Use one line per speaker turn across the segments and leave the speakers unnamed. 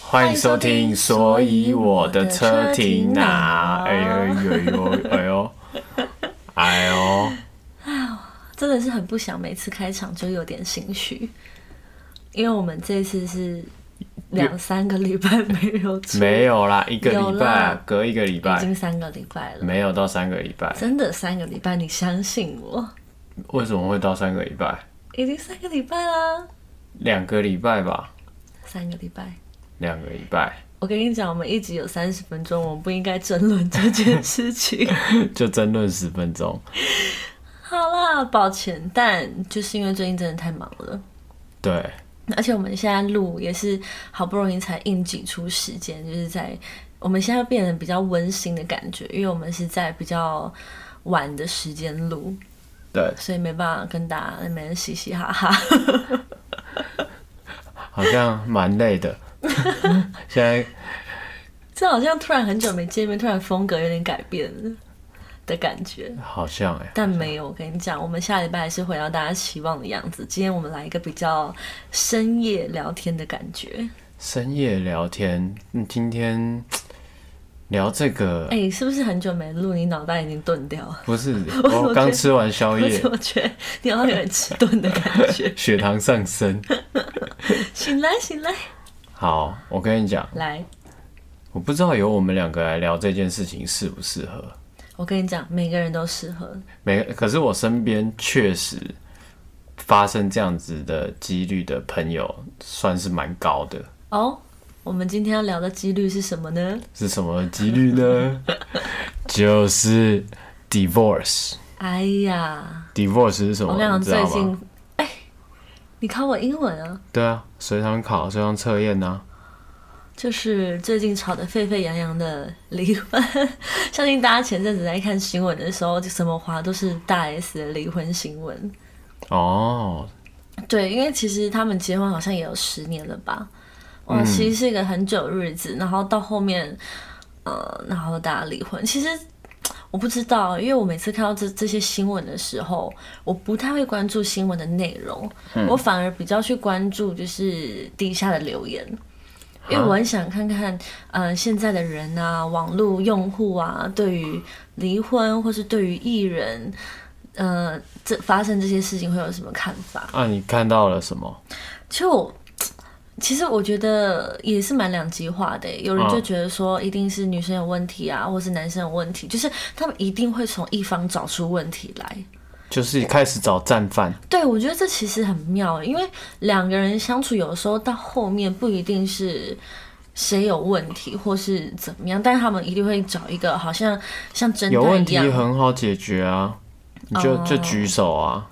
欢迎收听，所以我的车停哪？哎呦哎呦哎呦 哎呦！
真的是很不想每次开场就有点心虚，因为我们这次是两三个礼拜没有出，
没有啦，一个
有
礼拜
啦，
隔一个礼
已经
拜，
三个礼拜了，
没有到三个礼拜。
真的三个礼拜，你相信我，
为什么会到三个礼拜？
已经三个礼拜啦，
两个礼拜吧，
三个礼拜。
两个礼拜
我跟你讲，我们一集有三十分钟，我们不应该争论这件事 情。
就争论十分钟。
好啦，抱歉，但就是因为最近真的太忙了，
对，
而且我们现在录也是好不容易才硬挤出时间，就是在我们现在变得比较温馨的感觉，因为我们是在比较晚的时间录，
对，
所以没办法跟大家那边嘻嘻哈哈。
好像蛮累的。 现在
这好像突然很久没见面，突然风格有点改变了的感觉。
好像哎、
但没有，我跟你讲，我们下礼拜还是回到大家期望的样子。今天我们来一个比较深夜聊天的感觉。
深夜聊天，嗯今天聊这个、
哎、是不是很久没录？你脑袋已经钝掉了？
不是
怎 么
我刚
觉得
吃完宵
为
夜？
什，么觉得你好像有点迟钝的感觉
血糖上升。
醒来，醒来，
好，我跟你讲，
来，
我不知道由我们两个来聊这件事情适不适合。
我跟你讲，每个人都适合。
每可是我身边确实发生这样子的几率的朋友算是蛮高的，
哦，我们今天要聊的几率是什么呢？
是什么几率 呢？就是 divorce。
哎呀，
divorce 是什
我
么
跟你？讲，
哦你知道
最
吗？
近，哎、你考我英文啊？
对啊，随堂考、随堂测验啊，
就是最近吵得沸沸扬扬的离婚， 相信大家前阵子在看新闻的时候，就什么华都是大 S 的离婚新闻。
哦，
对，因为其实他们结婚好像也有十年了吧，哇，其实是一个很久的日子。然后到后面，呃，然后大家离婚，其实我不知道，因为我每次看到这这些新闻的时候，我不太会关注新闻的内容，我反而比较去关注就是底下的留言。因为我很想看看，呃，现在的人啊，网络用户啊，对于离婚或是对于艺人，呃，这发生这些事情会有什么看法？
啊，你看到了什么？
就其实我觉得也是蛮两极化的欸，有人就
嗯
觉得说一定是女生有问题啊，或是男生有问题，就是他们一定会从一方找出问题来。
就是开始找战犯，
对，我觉得这其实很妙欸，因为两个人相处有时候到后面不一定是。谁有问题或是怎么样，但是他们一定会找一个好像像侦
有
探
问
一
题
样。
很好解决啊，你就就举手啊，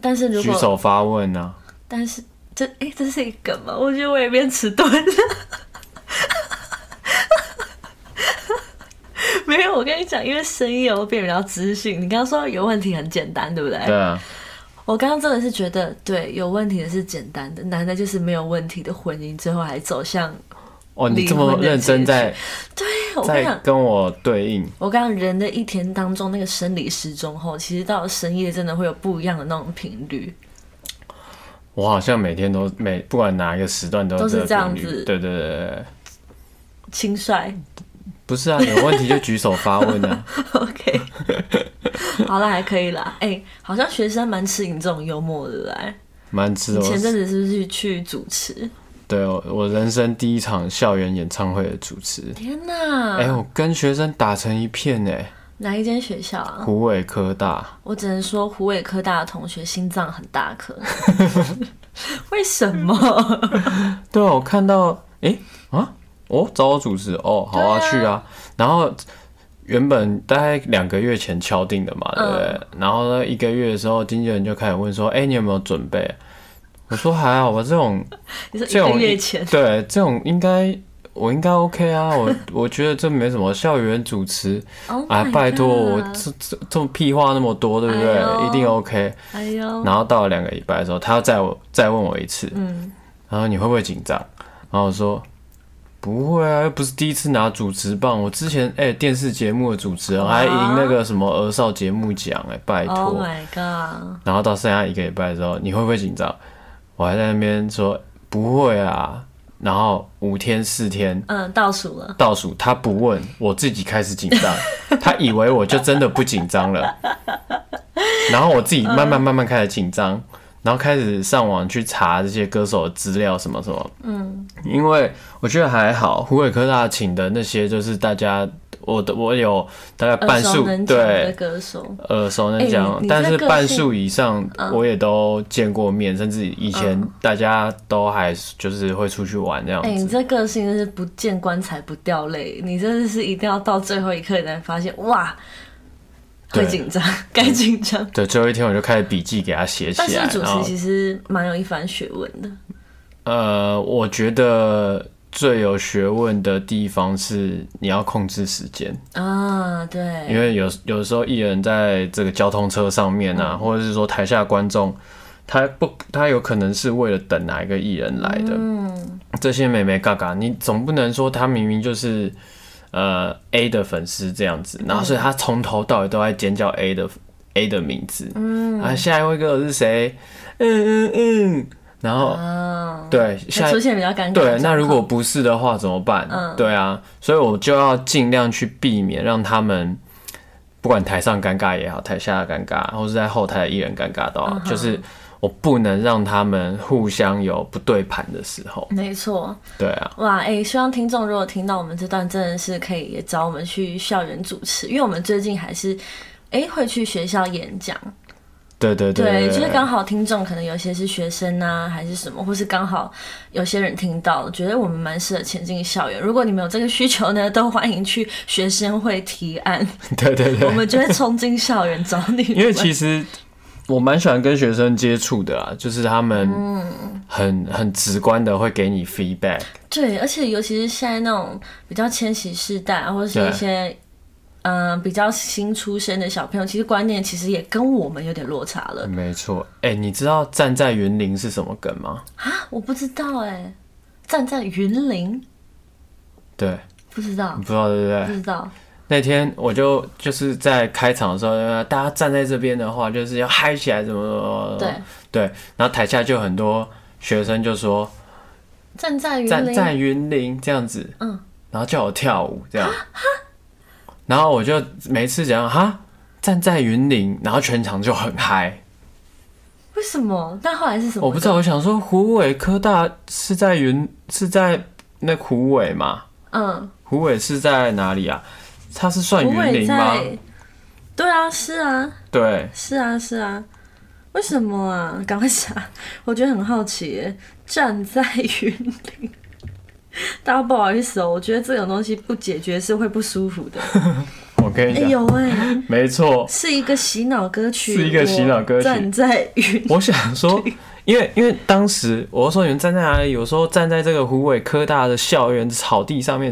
但是如
举
果
手发问啊，
但是这哎、这是一个嘛？我觉得我也变迟钝了。 没有，我跟你讲，因为深夜我变得比较知性。你刚刚说有问题很简单，对不对？
对啊，
哎我刚刚真的是觉得，对，有问题的是简单的，难的就是没有问题的婚姻，最后还走向……
哦，你
离
这么
婚的
认真
解
在
我跟
在
你讲，
跟我对应，
我刚刚人的一天当中，那个生理时钟后，其实到了深夜真的会有不一样的那种频率。
我好像每天都每不管哪一个时段都
都是
个
这样
频率
子
对对对对对，
轻率
不是啊，有问题就举手发问 啊，
，OK，好了，还可以啦。哎、好像学生蛮吃你这种幽默的，对不对？
蛮值
你
得
前阵
我。
子是不是去主持？
对我我人生第一场校园演唱会的主持，
天哪！
哎、我跟学生打成一片哎、
哪一间学校啊？
湖北科大，
我只能说，湖北科大的同学心脏很大 颗。为什么？
对啊，我看到，诶啊，哦，找我主持，哦，好啊，
对啊
去啊。然后原本大概两个月前敲定的嘛，对
嗯
不对？然后呢，一个月的时候，经纪人就开始问说，诶，你有没有准备？我说还好吧，这 种
你说一
这
个
种
月前，
对这种应该我应该 OK 啊， 我我觉得这没什么校园主持
Oh
啊，
my
拜托我
god
这这这种屁话那么多，对不对？
哎呦
一定 OK。
哎呦，
然后到了两个礼拜的时候，他要再我再问我一次，嗯，然后你会不会紧张？然后我说不会啊，又不是第一次拿主持棒。我之前哎、电视节目的主持人还赢那个什么儿少节目奖哎、拜托。
Oh my god！
然后到剩下一个礼拜之后，你会不会紧张？我还在那边说不会啊。然后五天四天
嗯，倒数了，
倒数，他不问，我自己开始紧 张，他以为我就真的不紧张了。然后我自己
嗯
慢慢慢慢开始紧张，然后开始上网去查这些歌手的资料什么什么。嗯，因为我觉得还好，湖北科大请的那些就是大家，我的我有大概
耳
半
熟
数
能详的
对。
歌手，
呃，熟能
哎
讲，
你你
但
这
是
个
半
是嗯
数以上我也都见过面，甚至以前大家都还就是会出去玩这样
哎、
子
你。这个性真是不见棺材不掉泪，你真的是一定要到最后一刻你才发现，哇，会
对
紧张，该紧张。
对，最后一天我就开始笔记给他写
但
起
是
来，
主
然
持
后
其实蛮有一番学问的，
呃，我觉得最有学问的地方是你要控制时间，
啊，
因
对，
为有有时候艺人在这个交通车上面
嗯
啊，或者是说台下观众，他不他有可能是为了等哪一个艺人来的，
嗯，
这些美眉嘎嘎，你总不能说他明明就是。呃，A 的粉丝这样子，然后
嗯
所以他从头到尾都在尖叫 A 的 A 的名字，嗯，啊，下一位歌手是谁？嗯嗯嗯，然后
啊，
对，
那
下
出现比较尴尬的状
对
况。，
那如果不是的话怎么办？
嗯
对啊，所以我就要尽量去避免让他们，不管台上尴尬也好，台下尴尬，或是在后台的艺人尴尬都
嗯
好，就是我不能让他们互相有不对盘的时候。
没错，
对啊，
哇，哎、希望听众如果听到我们这段，真的是可以也找我们去校园主持，因为我们最近还是。哎、会去学校演讲，
对对
对，
对
就是
对，
刚好听众可能有些是学生啊，还是什么，或是刚好有些人听到，觉得我们蛮适合前进校园。如果你们有这个需求呢，都欢迎去学生会提 案，
对对
我
对，
们就会冲进校园找你们。
因为其实。我蛮喜欢跟学生接触的啦，就是他们
嗯
很很直观的会给你 feedback，
对，而且尤其是现在那种比较千禧世代啊，或者是
对
一些嗯、呃比较新出生的小朋友，其实观念其实也跟我们有点落差了
没错。哎、你知道站在云林是什么梗吗？
啊！我不知道哎、站在云林，
对，
不知道
你，不知道对不对
不？知道，
那天我就就是在开场的时候，呃大家站在这边的话，就是要嗨起来，怎么怎么怎么对，
对，
然后台下就很多学生就说
站在云
站
林，
站云林这样子，
嗯，
然后叫我跳舞这样，然后我就每次讲哈站在云林，然后全场就很嗨。
为什么？但后来是什么？
我不知道，，我想说湖尾科大是在云是在那湖尾嘛？
嗯，
湖尾是在哪里啊？它是算
我
云
也
林吗？
在，对啊，是啊，
对，
是啊，是啊，为什么啊？赶快查， 我觉得很好奇耶。站在云林， 大家不好意思哦，我觉得这种东西不解决是会不舒服 的。
我跟你
哎、
讲，
有哎、
没错，
是一个洗脑歌曲，
是一个洗脑歌曲
我站在 云，
我想说，因为因为当时我说你们站在哪里，有时候站在这个湖北科大的校园草地上面，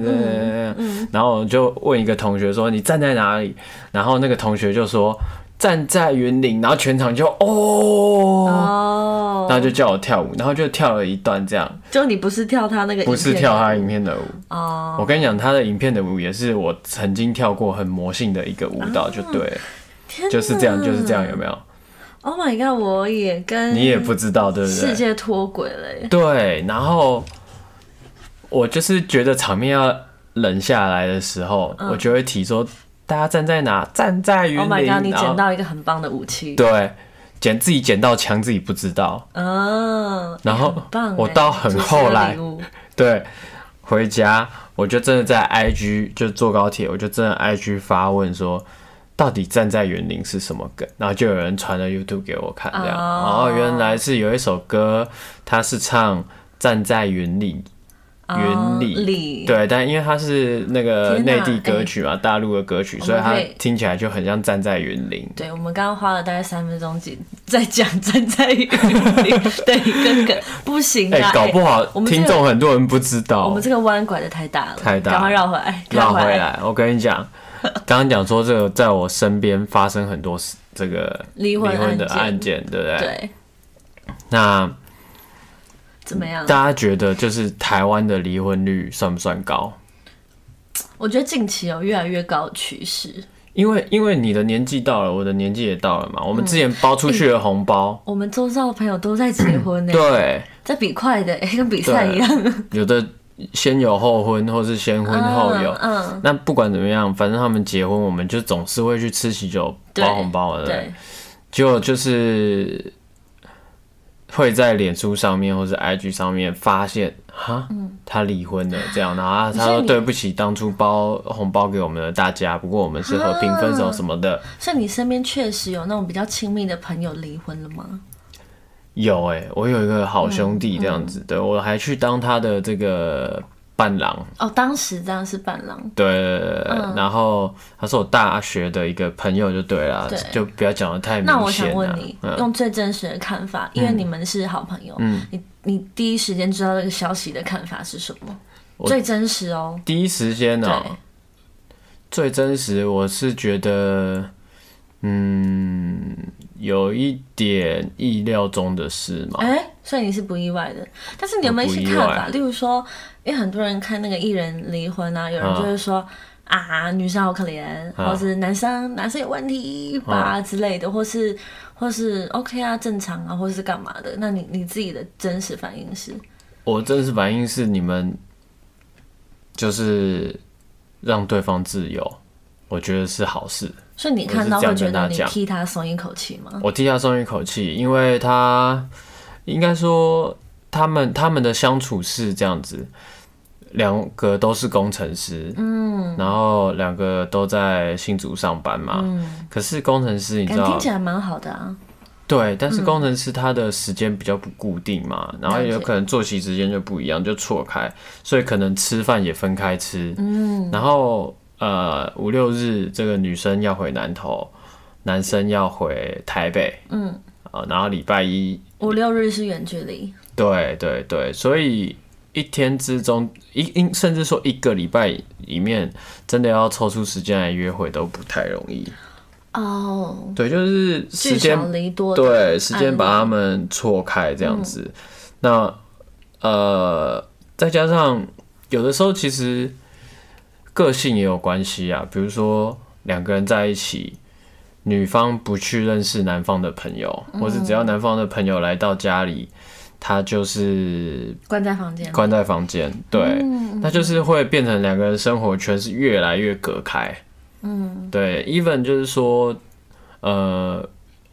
嗯然后我就问一个同学说你站在哪里，然后那个同学就说站在云林，然后全场就哦，
哦，
然后就叫我跳舞，然后就跳了一段这样，
就你不是跳他那个，
不是跳他影片的舞。
哦。
我跟你讲，他的影片的舞也是我曾经跳过很魔性的一个舞蹈，就对了，
天哪
就是这样，就是这样，有没有？
Oh my god！我也跟
你也不知道，对不对？
世界脱轨了耶。
对，然后我就是觉得场面要冷下来的时候，我就会提说，大家站在哪？站在云
嗯 Oh my
林，
god！你
然后
捡到一个很棒的武器。
对，捡自己捡到枪自己不知道，
嗯，
然后
很棒欸。
我到很
主持
后
的
来
礼物
对，回家我就真的在 IG 就坐高铁，我就真的 IG 发问说。到底站在园林是什么梗？然后就有人传了 YouTube 给我看，这样，
哦
哦，原来是有一首歌，它是唱站在云里，
哦
原理
理
对，但因为它是那个
天哪哎
内地歌曲嘛，大陆的歌曲，
我们
所以它
可以
听起来就很像站在云林。
对，我们刚刚花了大概三分钟几在讲站在云里 的一个梗，不行
哎、
啊，
搞不好
我们这
听
个
众很多人不知道。
我们这个弯拐的太大了，
太大
赶快绕回来，
绕
回
回，来，我跟你讲，刚刚讲说这个在我身边发生很多事这个
离婚
离婚的
案
案件，对不对？
对，
那
怎么样？
大家觉得就是台湾的离婚率算不算高？
我觉得近期有越来越高的趋势。
因为因为你的年纪到了，我的年纪也到了嘛。我们之前包出去的红包，
我们周遭的朋友都在结婚呢、
对，
在比快的、欸，跟比赛一样。
有的先有后婚，或是先婚后有。
嗯，
那不管怎么样，反正他们结婚，我们就总是会去吃喜酒、
对
包红包
嗯
的。
对，
结果就是会在脸书上面或是 IG 上面发现，哈，他离婚了这样，然后啊他他
所以
说
嗯你
对不起，当初包红包给我们的大家，不过我们是和平分
啊
手什么的。
所以你身边确实有那种比较亲密的朋友离婚了吗？
有哎、我有一个好
嗯
兄弟这样子，对我还去当他的这个伴郎，
哦，当时当然是伴郎，
对，
嗯
然后他是我大学的一个朋友就对啦，
对
就不要讲的太明
那我
显啊
想
了、
问你，用最真实的看法，因为你们是好朋友，你你第一时间知道这个消息的看法是什么？最真实哦，
第一时间呢、
对
最真实，我是觉得，嗯，有一点意料中的事嘛。
哎、所以你是不意外的。但是你有没有一些
我不
看
意外
法？例如说，因为很多人看那个艺人离婚啊，有人就会说。啊，女生好可怜，
啊
或是男生男生有问题吧、之类的，或是或是 OK 啊，正常啊，或是干嘛的？那你你自己的真实反应是，
我真实反应是你们就是让对方自由，我觉得是好事。
所以你
我
看
是
到
这样
会觉
跟
得
他
你
讲
替他松一口气吗？
我替他松一口气，因为他应该说他们他们的相处是这样子，两个都是工程师，嗯，然后两个都在新竹上班嘛，嗯，可是工程师你知
感觉
道
听起来蛮好的啊。
对，但是工程师他的时间比较不固定嘛，然后
了
也有
解
可能作息时间就不一样，就错开，所以可能吃饭也分开吃。嗯，然后呃五六日这个女生要回南投，男生要回台北。嗯，啊，然后礼拜一，
五六日是远距离，
对对对，所以一天之中一一甚至说一个礼拜里面，真的要抽出时间来约会都不太容易。
哦，
对，就是时
聚
间
少离多的案
对，
例嗯
时间把他们错开这样子。那呃，再加上有的时候其实个性也有关系啊，比如说两个人在一起。女方不去认识男方的朋友，或是只要男方的朋友来到家里，他就是
关在房间，
关在房间，对，
嗯
那就是会变成两个人生活圈是越来越隔开。嗯，对，even 就是说，呃，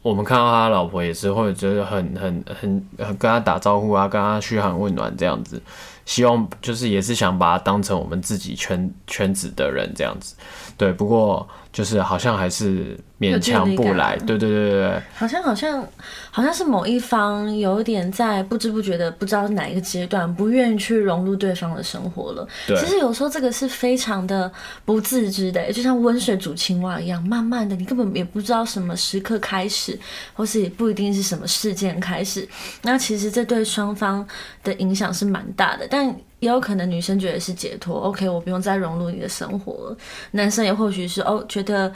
我们看到他老婆也是会觉得很很很很跟他打招呼啊，跟他嘘寒问暖这样子，希望就是也是想把他当成我们自己圈圈子的人这样子。对，不过就是好像还是勉强不来，对对对对对。
好像好像好像是某一方有点在不知不觉的不知道哪一个阶段，不愿意去融入对方的生活了。
对
其实有时候这个是非常的不自知的，就像温水煮青蛙一样，慢慢的你根本也不知道什么时刻开始，或是也不一定是什么事件开始。那其实这对双方的影响是蛮大的，但。也有可能女生觉得是解脱，OK，我不用再融入你的生活了。男生也或许是哦，觉得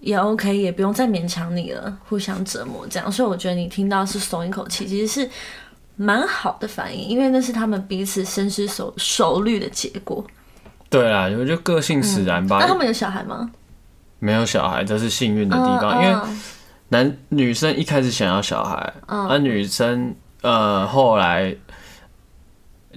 也 OK，也不用再勉强你了，互相折磨这样。所以我觉得你听到是松一口气，其实是蛮好的反应，因为那是他们彼此深思熟熟虑的结果。
对啦，我觉得个性使然吧
嗯那，他们有小孩吗？
没有小孩，这是幸运的地方，
嗯
因为
嗯
男女生一开始想要小孩，啊，女生呃后来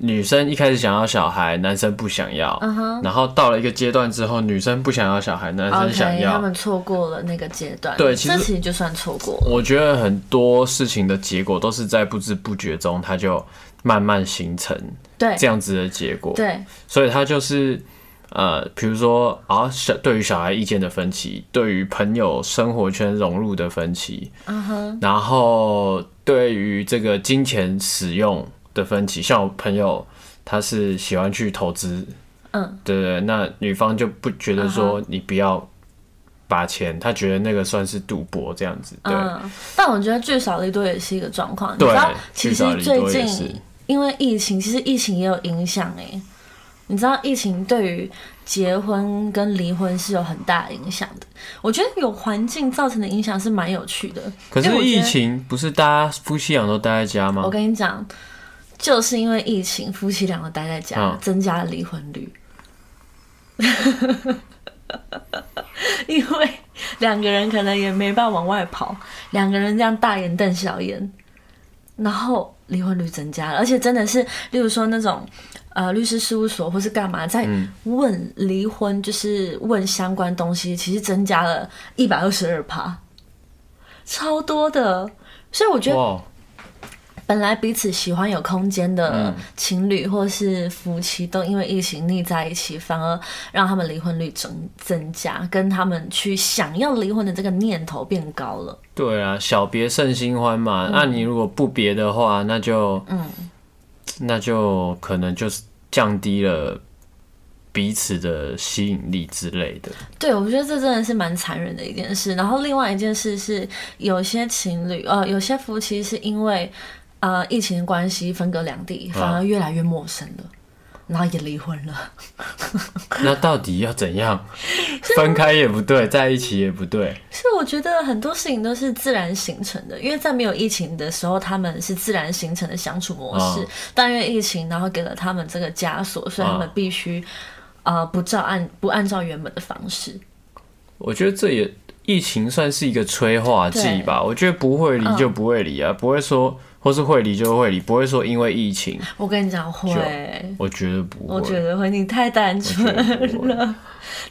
女生一开始想要小孩，男生不想要，
嗯
然后到了一个阶段之后，女生不想要小孩，男生想
OK，他
要。
们错过了那个阶段，
对其实
这其实就算错过了。
我觉得很多事情的结果都是在不知不觉中，它就慢慢形成
对
这样子的结果。
对，
所以他就是呃，比如说啊，小对于小孩意见的分歧，对于朋友生活圈融入的分歧，
嗯哼，
然后对于这个金钱使用的分歧，像我朋友他是喜欢去投资，
嗯，
对对，那女方就不觉得说你不要把钱，她觉得那个算是赌博这样子，对，
嗯，但我觉得聚少离多也是一个状况。你
对
知道，其
聚少
实
离
最
多也是
近因为疫情，其实疫情也有影响哎、你知道疫情对于结婚跟离婚是有很大的影响的。我觉得有环境造成的影响是蛮有趣的。
可
因为
是
我觉得
疫情不是大家夫妻俩都待在家吗
我？跟你讲，就是因为疫情，夫妻两个待在家，
嗯
增加了离婚率。 因为两个人可能也没办法往外跑，两个人这样大眼瞪小眼，然后离婚率增加了，而且真的是，例如说那种呃律师事务所或是干嘛在
嗯
问离婚，就是问相关东西，其实增加了一百二十二趴，超多的。所以我觉得
哇，
本来彼此喜欢有空间的
嗯
情侣或是夫妻，都因为疫情腻在一起，反而让他们离婚率增增加，跟他们去想要离婚的这个念头变高了。
对啊，小别胜新欢嘛。那、你如果不别的话，那就
嗯，
那就可能就是降低了彼此的吸引力之类 的。
对，我觉得这真的是蛮残忍的一件事。然后另外一件事是，有些情侣呃，有些夫妻是因为呃疫情的关系分隔两地，反而越来越陌生了，然后也离婚了。
那到底要怎样？ 分开也不对，在一起也不对。
是，我觉得很多事情都是自然形成的，因为在没有疫情的时候，他们是自然形成的相处模式。
嗯
但因为疫情，然后给了他们这个枷锁，所以他们
嗯
必须、呃不照按不按照原本的方式。
我觉得这也疫情算是一个催化剂吧。我觉得不会离
嗯
就不会离啊，不会说或是会离就会离，不会说因为疫 情。
我跟你讲会
就，我觉得啊不会，
我觉得会，你太单
我
纯
觉
了。
得不 会。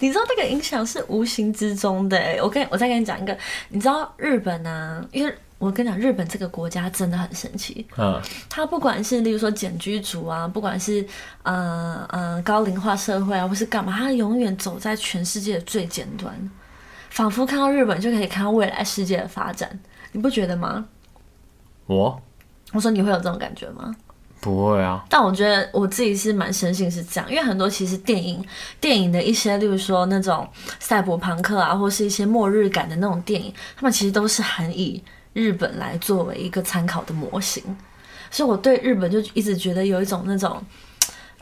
你知道那个影响是无形之中的、欸。我跟我再跟你讲一个，你知道日本啊，因为我跟你讲，日本这个国家真的很神奇。
嗯，
它不管是例如说简居族啊，不管是呃呃高龄化社会啊，或是干嘛，它永远走在全世界的最尖端，仿佛看到日本就可以看到未来世界的发展，你不觉得吗？
我
我说你会有这种感觉吗？
不会啊。
但我觉得我自己是蛮深信是这样，因为很多其实电影电影的一些，例如说那种赛博朋克啊，或是一些末日感的那种电影，他们其实都是很以日本来作为一个参考的模型，所以我对日本就一直觉得有一种那种。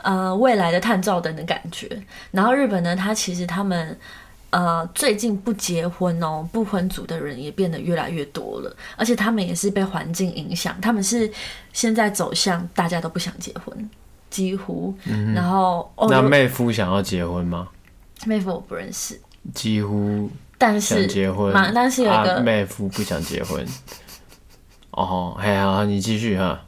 呃，未来的探照灯的感觉。然后日本呢，它其实他们呃最近不结婚哦，不婚族的人也变得越来越多了，而且他们也是被环境影响，他们是现在走向大家都不想结婚，几乎。然后哦，
嗯那
有
妹夫想要结婚吗？
妹夫我不认识，
几乎
但
想
是
结婚
嘛，，但是有一个、
啊、妹夫不想结婚。哦，嘿，好，好你继续哈。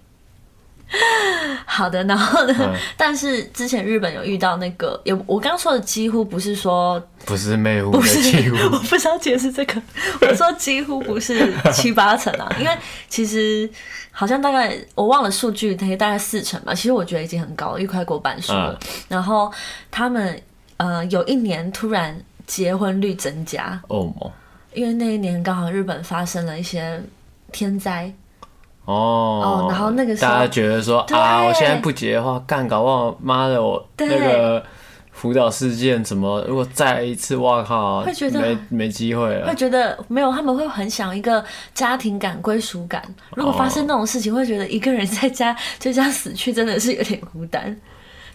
好的，然后呢？
嗯
但是之前日本有遇到那个，有我刚说的几乎不是说
不是妹夫的几乎，
我不知道解释这个。我说几乎不 是七八成啊，因为其实好像大概我忘了数据，大概大概四成吧。其实我觉得已经很高了，因为快过半数了。
嗯
然后他们呃有一年突然结婚率增加，
哦么？
因为那一年刚好日本发生了一些天灾，
哦
哦然后那个时候
大家觉得说
对
啊，我现在不结的话，干搞不好妈的我
对
那个福岛事件怎么？如果再一次，哇靠，
会觉得
没没机会了
会。觉得没有，他们会很想一个家庭感、归属感。如果发生那种事情，会觉得一个人在家 就这样死去，真的是有点孤单。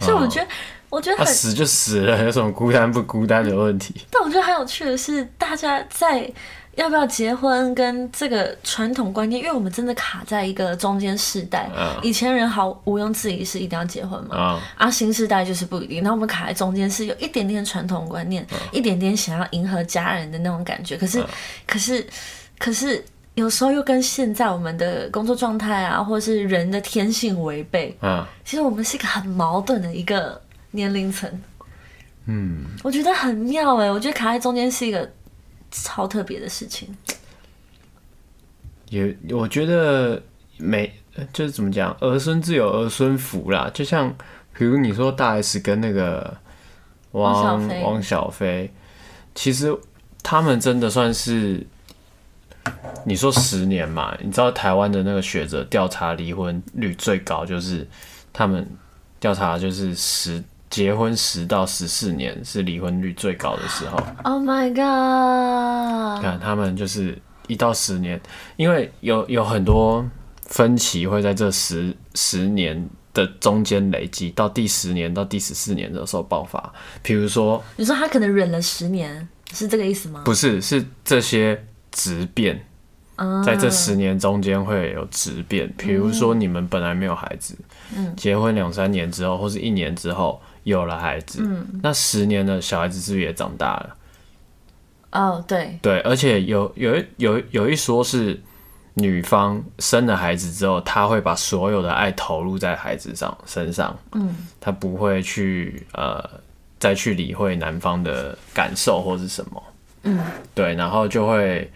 所以我觉得，我觉得
他、
很，
啊死就死了，有什么孤单不孤单的问题？
但我觉得很有趣的是，大家在要不要结婚跟这个传统观念，因为我们真的卡在一个中间世代。
嗯
以前人毫毋庸置疑是一定要结婚嘛，
啊，
啊，新时代就是不一定。那我们卡在中间是有一点点传统观念，一点点想要迎合家人的那种感觉。可是，可是，可是有时候又跟现在我们的工作状态啊，或是人的天性违背。
嗯，
其实我们是一个很矛盾的一个年龄层。嗯，我觉得很妙哎、我觉得卡在中间是一个超特别的事情。
也我觉得没，就是怎么讲，儿孙自有儿孙福啦。就像比如你说大 S 跟那个
王小
王
飞
王小飞，其实他们真的算是。你说十年嘛？你知道台湾的那个学者调查离婚率最高，就是他们调查就是十结婚十到十四年是离婚率最高的时候。
Oh my god！
看他们就是一到十年，因为有有很多分歧会在这十十年的中间累积，到第十年到第十四年的时候爆发。比如说，
你说他可能忍了十年，是这个意思吗？
不是是这些质变，
啊
在这十年中间会有质变，比如说你们本来没有孩子，
嗯
结婚两三年之后或是一年之后有了孩子，那十年的小孩子是不是也长大了？
哦，对，
对，而且有有一有有一说是女方生了孩子之后，她会把所有的爱投入在孩子上身上，
嗯，
她不会去呃再去理会男方的感受或是什么，
嗯，
对，然后就会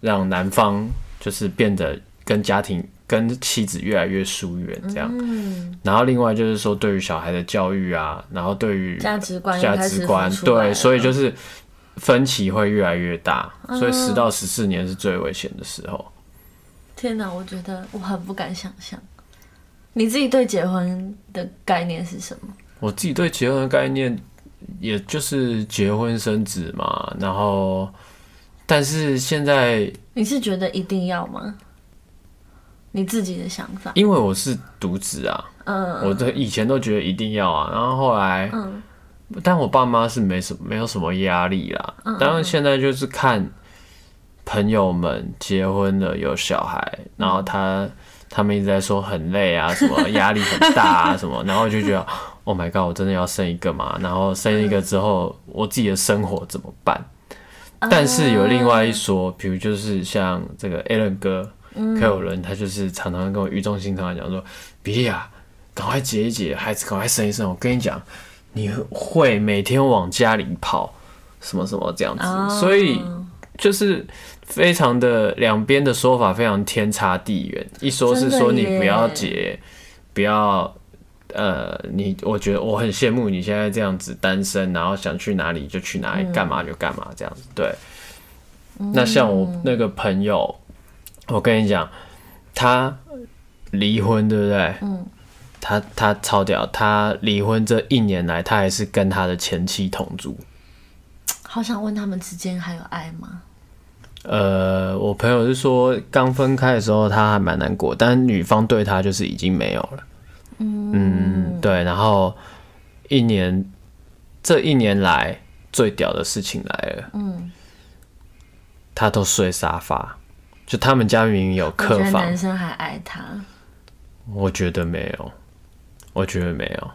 让男方就是变得跟家庭跟妻子越来越疏远这样。
嗯，
然后另外就是说，对于小孩的教育啊，然后对于
价值观
价
又开
值
始
观
浮，出来
对，
了
所以就是分歧会越来越大，
嗯
所以十到十四年是最危险的时候。
天哪，我觉得我很不敢想象。你自己对结婚的概念是什么？
我自己对结婚的概念，也就是结婚生子嘛，然后，但是现在
你是觉得一定要吗？你自己的想法？
因为我是独子啊，
嗯
我的以前都觉得一定要啊，然后后来，
嗯
但我爸妈是没什没有什么压力啦。
嗯
当然现在就是看朋友们结婚了有小孩，然
嗯
后他他们一直在说很累啊，什么压力很大啊什么，然后我就觉得 Oh my god，我真的要生一个嘛？然后生一个之后，我自己的生活怎么办？但是有另外一说，比如就是像这个 Alan 哥。可有人他就是常常跟我语重心长的讲说：“比利亚，赶快结一结，孩子赶快生一生。”我跟你讲，你会每天往家里跑，什么什么这样子，
哦
所以就是非常的两边的说法非常天差地远。一说是说你
真的耶
不要结，不要呃，你我觉得我很羡慕你现在这样子单身，然后想去哪里就去哪里，
嗯
干嘛就干嘛这样子。对，那像我那个朋友，我跟你讲，他离婚对不对？
嗯，
他他超屌，他离婚这一年来，他还是跟他的前妻同住。
好想问他们之间还有爱吗？
呃，我朋友是说刚分开的时候他还蛮难过，但女方对他就是已经没有了。嗯对，然后一年这一年来最屌的事情来了，
嗯，
他都睡沙发，就他们家明明有
我觉
客
得
房
男，生还爱他，
我觉得没有，我觉得没有。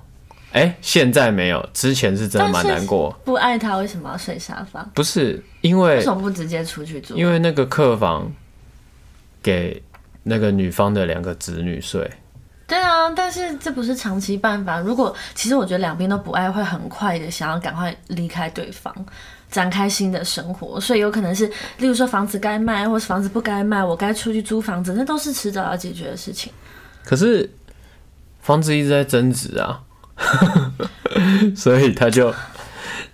哎、现在没有，之前是真的蛮
但是
难过。
不爱他为什么要睡沙发？
不是因为
为什么不直接出去住？
因为那个客房给那个女方的两个子女睡，
对啊，但是这不是长期办法。如果其实我觉得两边都不爱，会很快的想要赶快离开对方，展开新的生活。所以有可能是，例如说房子该卖，或是房子不该卖，我该出去租房子，那都是迟早要解决的事情。
可是房子一直在增值啊， 所以他就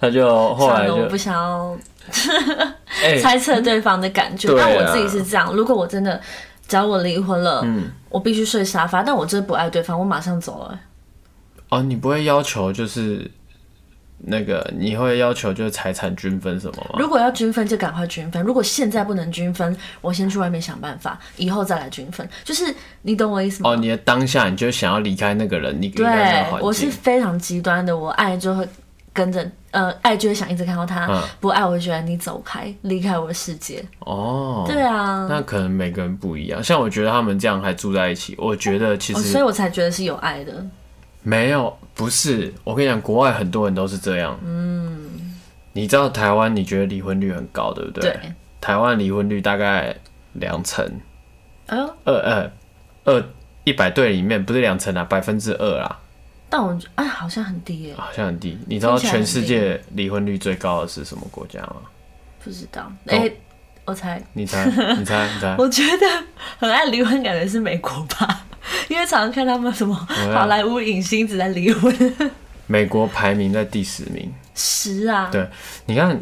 他就后
算
来
了，我
就
不想要
哎、
猜测对方的感觉。
对
但
啊
我自己是这样，如果我真的，只要我离婚了，
嗯
我必须睡沙发，但我真的不爱对方，我马上走了。
哦，你不会要求就是那个你会要求就是财产均分什么吗？
如果要均分就赶快均分，如果现在不能均分，我先去外面想办法，以后再来均分。就是你懂我意思吗？
哦，你的当下你就想要离开那个人，你离
对
开那个，环
我是
境，
非常极端的，我爱就会跟着，呃，爱就会想一直看到他，
嗯
不爱我就觉得你走开，离开我的世界。
哦，
对啊，
那可能每个人不一样。像我觉得他们这样还住在一起，我觉得其
哦、
实
所以我才觉得是有爱的。
没有，不是。我跟你讲，国外很多人都是这样。嗯，你知道台湾？你觉得离婚率很高，对不对？
对，
台湾离婚率大概两成，
哎呦，
二呃二一百对里面不是两成啊，百分之二啦，
但我觉哎好像很低耶，
好像很低。你知道
听起来很
全世界离婚率最高的是什么国家吗？
不知道。
哦
哎、我猜，
你 猜，你猜，你猜。
我觉得很爱离婚，感觉是美国吧。因为常常看他们什么
啊
好莱坞影星一直在离婚，
美国排名在第十名。
十啊，
对，你看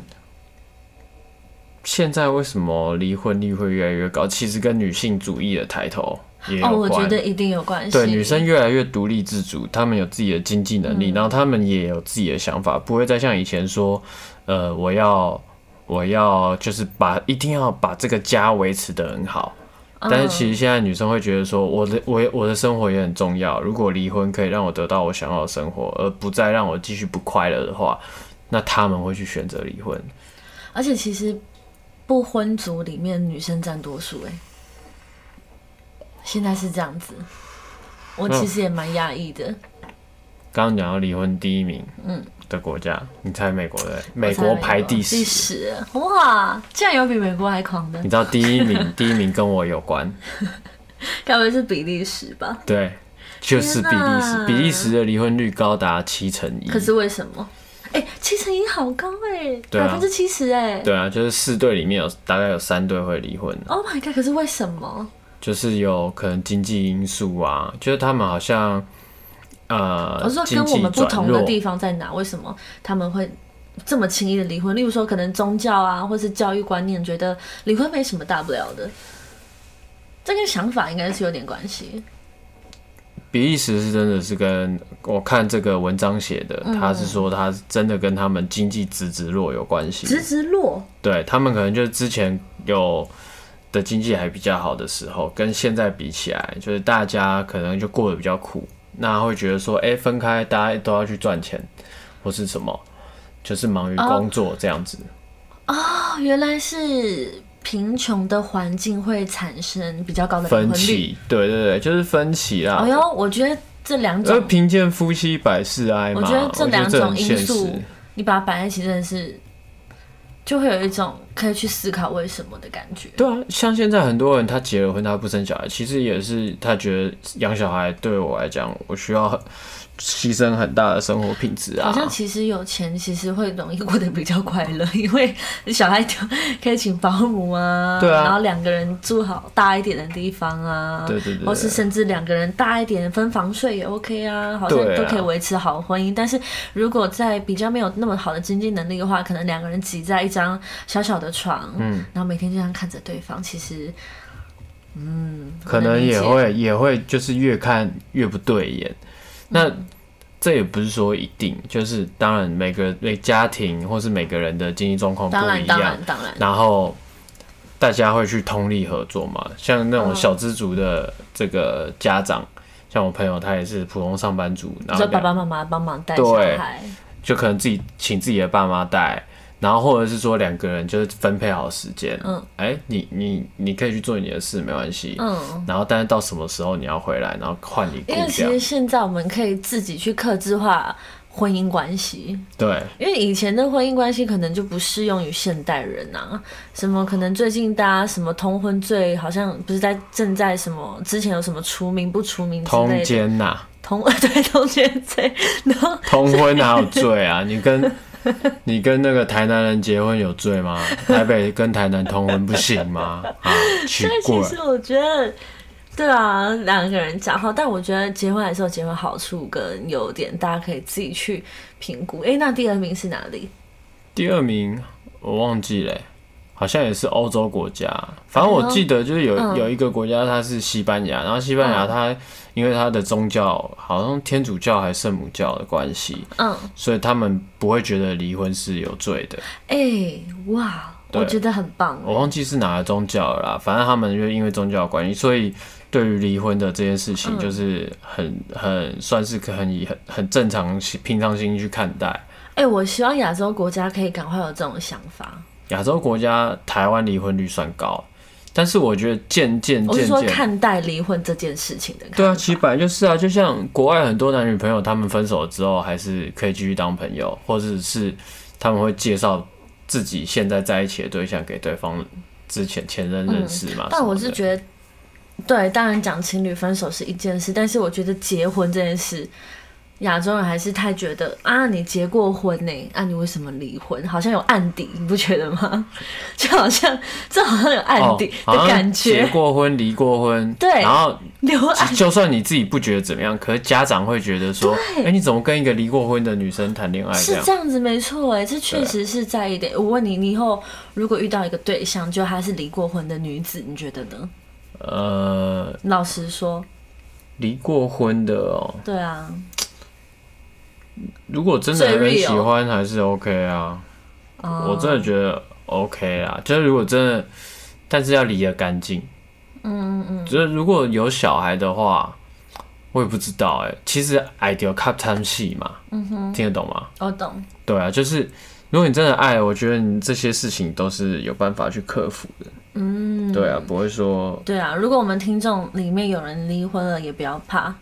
现在为什么离婚率会越来越高？其实跟女性主义的抬头也有
哦，
关。
我觉得一定有关系。
对，女生越来越独立自主，她们有自己的经济能力，然后她们也有自己的想法，不会再像以前说，呃，我要我要就是把一定要把这个家维持的很好。但是其实现在女生会觉得说，我的我我的生活也很重要。如果离婚可以让我得到我想要的生活，而不再让我继续不快乐的话，那他们会去选择离婚。
而且其实不婚族里面女生占多数哎、欸，现在是这样子，
嗯
我其实也蛮压抑的。
刚刚讲到离婚第一名，嗯，的国家，你猜美国的？美国排第
第
十。嗯
十，哇，竟然有比美国还狂的
你，知道第一名， 第一名跟我有关，
该不会是比利时吧？
对，就是比利
天
时
哪。
比利时的离婚率高达七成一。
可是为什么？哎、七成一好高哎、
对啊
百分之七十哎。
对啊，就是四对里面有大概有三对会离婚的，
Oh my god！可是为什么？
就是有可能经济因素啊，就是他们好像呃，
哦我是说
经
跟我
济
们不
转
同的
弱，
地方在哪？为什么他们会这么轻易的离婚？例如说，可能宗教啊，或是教育观念，觉得离婚没什么大不了的，这跟想法应该是有点关系。
比利时是真的是跟我看这个文章写的，
嗯
他是说他真的跟他们经济直直落有关系，
直直落，
对他们可能就是之前有的经济还比较好的时候，跟现在比起来，就是大家可能就过得比较苦，那会觉得说，哎、分开大家都要去赚钱，或是什么，就是忙于工作这样子。
哦，原来是贫穷的环境会产生比较高的离
分
婚率。
歧，对对对，
嗯
就是分歧啦
哎。呦，我觉得这两
而
种，
呃贫贱夫妻百事哀嘛，
我觉得这两
这
种
很现
因
实。
素，你把它摆在一起，真的是就会有一种可以去思考为什么的感觉。
对啊，像现在很多人他结了婚，他不生小孩，其实也是他觉得养小孩对我来讲，我需要牺牲很大的生活品质啊
好。像其实有钱其实会容易过得比较快乐， 因为小孩就可以请保姆啊，
对啊
然后两个人住好大一点的地方啊，
对对对
或是甚至两个人大一点分房睡也 OK 啊，好像
对啊
都可以维持好婚姻。但是如果在比较没有那么好的经济能力的话，可能两个人挤在一张小小的床，嗯，然后每天这样看着对方，其实
可能也会也会就是越看越不对眼。那、
嗯
这也不是说一定，就是当然每个每家庭或是每个人的经济状况不
当然
一
当
样
然，当然，
然后大家会去通力合作嘛。像
嗯
那种小资族的这个家长，像我朋友他也是普通上班族，然后
就爸
两
爸妈妈帮忙带小
对
孩，
就可能自己请自己的爸妈带。然后或者是说两个人就是分配好时间，
嗯，
哎，你你你可以去做你的事，没关系，
嗯。
然后但是到什么时候你要回来，然后换你顾
因为其
这样
实，现在我们可以自己去克制化婚姻关系，
对，
因为以前的婚姻关系可能就不适用于现代人啊。什么可能最近大家什么通婚罪，好像不是在正在什么之前有什么除名不除名之
通
类的
奸呐、
通 对通奸罪，然后
通婚哪有罪 啊？你跟你跟那个台南人结婚有罪吗？台北跟台南通婚不行吗？啊，奇
但
怪
其，实我觉得，对啊，两个人讲好，但我觉得结婚还是有结婚好处跟优点，大家可以自己去评估。诶，那第二名是哪里？
第二名我忘记了欸、好像也是欧洲国家，反正我记得就是有、
嗯
有一个国家它是西班牙，然后西班牙它因为它的宗教好像天主教还是圣母教的关系，
嗯。
所以他们不会觉得离婚是有罪的。
哎、哇，
对
我觉得很棒
我忘记是哪个宗教了啦，反正他们就因为宗教的关系，所以对于离婚的这件事
嗯
情，就是很、很算是很以很很正常心平常心去看待。
哎、我希望亚洲国家可以赶快有这种想法。
亚洲国家台湾离婚率算高，但是我觉得渐渐
我是
渐
说
渐，
看待离婚这件事情的看法。
对啊，其实本来就是啊，就像国外很多男女朋友，他们分手之后还是可以继续当朋友，或者是他们会介绍自己现在在一起的对象给对方之前前任认识嘛。
嗯但我
什么的
是觉得，对，当然讲情侣分手是一件事，但是我觉得结婚这件事，亚洲人还是太觉得啊，你结过婚呢、啊，你为什么离婚？好像有案底，你不觉得吗？ 就好像这好像有案底
哦好
的
像
感觉，
结过婚、离过婚，
对
然后
留案
就 就算你自己不觉得怎么样，可是家长会觉得说，哎、
对
你怎么跟一个离过婚的女生谈恋爱这
是
样？
这样子没错哎、这确实是在意的。我问你，你以后如果遇到一个对象，就她是离过婚的女子，你觉得呢？
呃，
老实说，
离过婚的哦，
对啊，
如果真的
最
很
real
喜欢，还是 OK 啊。
哦
我真的觉得 OK 啦，就是如果真的，但是要离得干净。嗯嗯嗯。就是如果有小孩的话，我也不知道哎、其实 I do cut time 戏嘛，嗯哼，听得懂吗？
我懂。
对啊，就是如果你真的爱，我觉得你这些事情都是有办法去克服的。嗯，对啊，不会说
对啊，如果我们听众里面有人离婚了，也不要怕。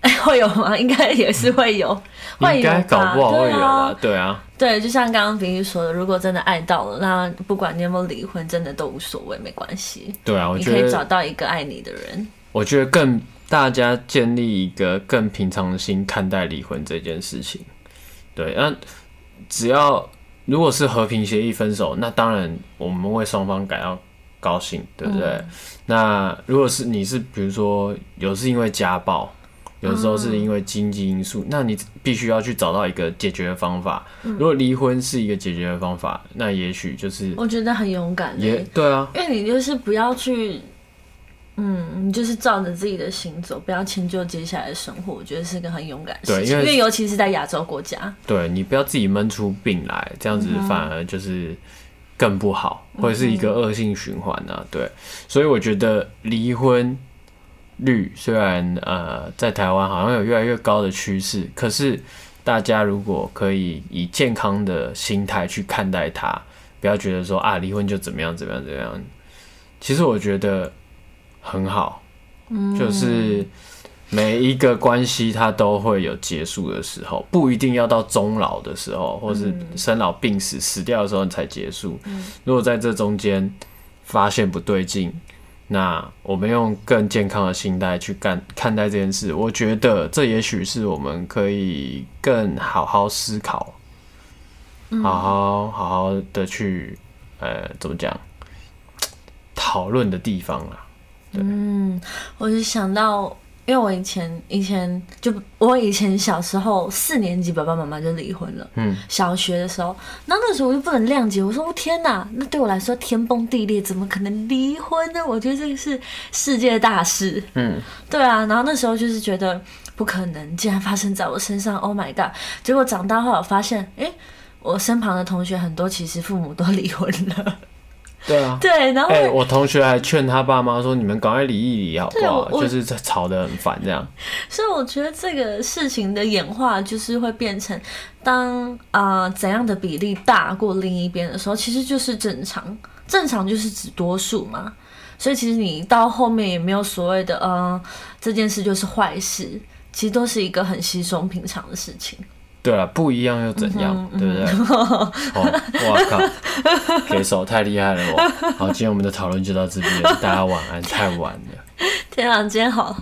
哎，会有吗？应该也是会有，会
嗯应
有
该搞
吧？
不好会有
对
啊
啊，，
对啊，
对，就像刚刚比喻说的，如果真的爱到了，那不管你有没有离婚，真的都无所谓，没关系。
对啊，我
你
觉
可以找
得
到一个爱你的人。
我觉得更大家建立一个更平常心看待离婚这件事情。对，那只要如果是和平协议分手，那当然我们为双方感到高兴，对不对？那如果是你是比如说有是因为家暴，有时候是因为经济因素，那你必须要去找到一个解决的方法。如果离婚是一个解决的方法，那也许就是
我觉得很勇敢、欸，
也对啊，
因为你就是不要去，嗯，你就是照着自己的心走，不要迁就接下来的生活。我觉得是个很勇敢的
对
事情，
因
因
为
为尤其是在亚洲国家，
对你不要自己闷出病来，这样子反而就是更不好，会是一个恶性循环啊。对，所以我觉得离婚率虽然呃在台湾好像有越来越高的趋势，可是大家如果可以以健康的心态去看待它，不要觉得说啊离婚就怎么样怎么样怎么样，其实我觉得很好，就是。每一个关系它都会有结束的时候，不一定要到终老的时候，或是生老病死、死掉的时候你才结束。如果在这中间发现不对劲，那我们用更健康的心态去干看待这件事，我觉得这也许是我们可以更好好思考，好好好好的去呃怎么讲讨论的地方啦。
我就想到，因为我以前以前就我以前小时候四年级，爸爸妈妈就离婚了。
嗯，
小学的时候，那那时候我就不能谅解，我说我哦天哪，那对我来说天崩地裂，怎么可能离婚呢？我觉得这个是世界大事。
嗯，
对啊，然后那时候就是觉得不可能，竟然发生在我身上，Oh my god！结果长大后我发现，诶，我身旁的同学很多其实父母都 离婚了，
对啊。
对，然后、
哎、我同学还劝他爸妈说：“你们赶快离一离好不好？”
哦对我
就
我
是吵得很烦这样。
所以我觉得这个事情的演化就是会变成当，啊怎样的比例大过另一边的时候，其实就是正常，正常就是指多数嘛。所以其实你到后面也没有所谓的，嗯、这件事就是坏事，其实都是一个很稀松平常的事情。
对啊，不一样又怎样，
嗯
对不对？哦，我靠，给手太厉害了我。好，今天我们的讨论就到这边，大家晚安，太晚了，
天啊，今天好，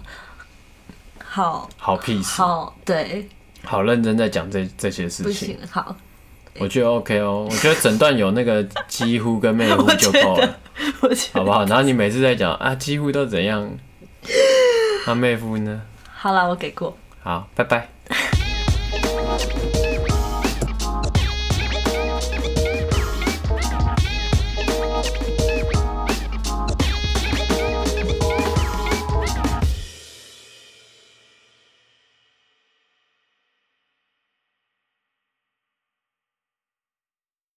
好，
好 peace，好
好，对，
认真在讲这这些
不
事情
行，，好，
我觉得 OK 哦，我觉得整段有那个几乎跟妹乎就够
我觉
了
得，我觉
好
得
不好？然后你每次在讲啊几乎都怎样，那、妹夫呢？
好了，我给过。
好，拜拜。